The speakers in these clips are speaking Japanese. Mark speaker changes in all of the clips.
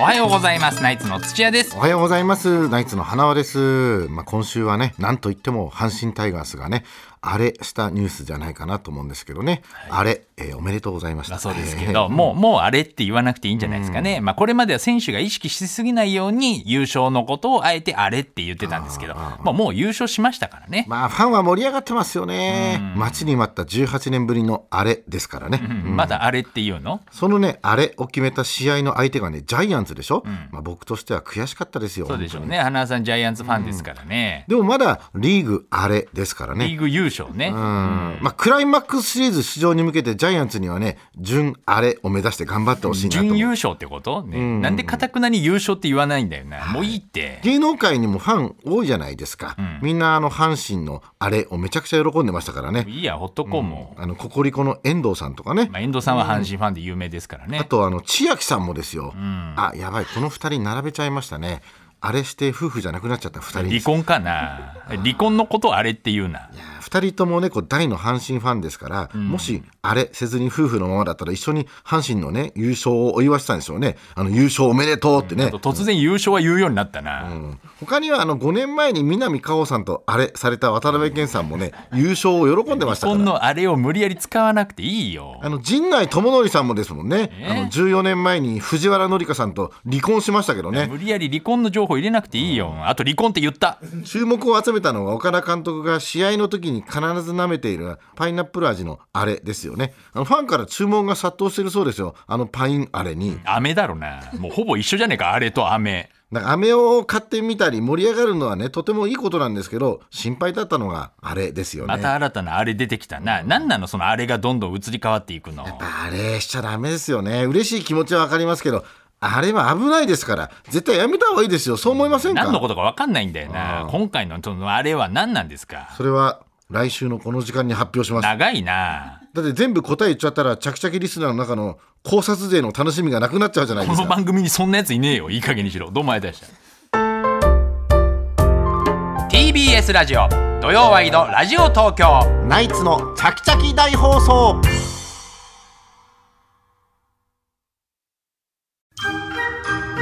Speaker 1: おはようございますナイツの土屋です
Speaker 2: おはようございます。ナイツの花輪です。まあ、今週はね、なんといっても阪神タイガースがね、あれしたニュースじゃないかなと思うんですけどね。あれ、えーおめでとうございまし
Speaker 1: だ
Speaker 2: た。
Speaker 1: そうです
Speaker 2: え
Speaker 1: け
Speaker 2: ー
Speaker 1: ど、 もう、もうあれって言わなくていいんじゃないですかね。まあ、これまでは選手が意識しすぎないように、優勝のことをあえてあれって言ってたんですけど、まあ、もう優勝しましたからね。
Speaker 2: まあ、ファンは盛り上がってますよね。待ちに待った18年ぶりのあれですからね。
Speaker 1: うんまだあれっていうの
Speaker 2: そのね、あれを決めた試合の相手がね、ジャイアンツでしょ、まあ、僕としては悔しかったですよ。
Speaker 1: そうでしょう
Speaker 2: 本
Speaker 1: ね。花輪さん、ジャイアンツファンですからね。
Speaker 2: 当にでもまだリーグあれですからね。
Speaker 1: リーグ優勝ね。
Speaker 2: うんまあ、クライマックスシリーズ出場に向けてジャイアンツにはね準あれを目指して頑張ってほしいなと思
Speaker 1: 準
Speaker 2: う
Speaker 1: 優勝ってことね。なんでかたくなに優勝って言わないんだよな。もういいって。
Speaker 2: 芸能界にもファン多いじゃないですか、みんなあの阪神のあれをめちゃくちゃ喜んでましたからね
Speaker 1: いいや、ほっとこうもう。
Speaker 2: あのココリコの遠藤さんとかね、
Speaker 1: まあ、遠藤さんは阪神ファンで有名ですから
Speaker 2: あ
Speaker 1: ね。
Speaker 2: とあの千秋さんもですよ、あやばいこの2人並べちゃいましたねあれして夫婦じゃなくなっちゃった2人
Speaker 1: 離婚かな。離婚のことをあれって言うな。
Speaker 2: 2人ともねこう大の阪神ファンですから、もしあれせずに夫婦のままだったら一緒に阪神のね優勝をお祝いしたんでしょうねあの優勝おめでとうってね、
Speaker 1: あと突然優勝は言うようになったな。
Speaker 2: 他にはあの5年前に南果歩さんとあれされた渡辺謙さんもね優勝を喜んでました
Speaker 1: そ
Speaker 2: か
Speaker 1: ん
Speaker 2: ら
Speaker 1: のあれを無理やり使わなくていいよ
Speaker 2: あ。の陣内智則さんもですもんね、
Speaker 1: え
Speaker 2: あの14年前に藤原紀香さんと離婚しましたけどね
Speaker 1: 無理やり離婚の情報入れなくていいよ。あと離婚って言った。
Speaker 2: 注目を集めたのは岡田監督が試合の時に必ず舐めているパイナップル味のあれですよねあのファンから注文が殺到してるそうですよあのパインあれに
Speaker 1: 飴だろな。もうほぼ一緒じゃねえか、あれと飴。
Speaker 2: なんか飴を買ってみたり盛り上がるのはねとてもいいことなんですけど心配だったのがあれですよね
Speaker 1: また新たなあれ出てきたな。なんなのそのあれがどんどん移り変わっていくの。
Speaker 2: あれしちゃダメですよね。嬉しい気持ちはわかりますけど、あれは危ないですから、絶対やめた方がいいですよ。そう思いません
Speaker 1: 何の
Speaker 2: か
Speaker 1: ことか分かんないんだよな。今回のそのあれは何なんですか。
Speaker 2: それは来週のこの時間に発表します。
Speaker 1: 長いな。
Speaker 2: だって全部答え言っちゃったら、チャキチャキリスナーの中の考察勢の楽しみがなくなっちゃうじゃないで
Speaker 1: こ
Speaker 2: す
Speaker 1: の
Speaker 2: か。
Speaker 1: 番組にそんなやついねえよ。いい加減にしろ。どうもありがとうございました。TBS ラジオ土曜ワイドラジオ東京。
Speaker 2: ナイツのチャキチャキ大放送。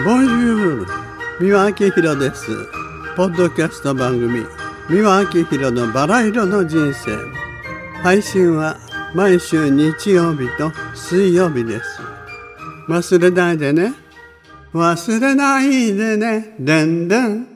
Speaker 3: ボンジュール三輪明宏ですポッドキャスト番組三輪明宏のバラ色の人生配信は毎週日曜日と水曜日です忘れないでね忘れないでねでんでん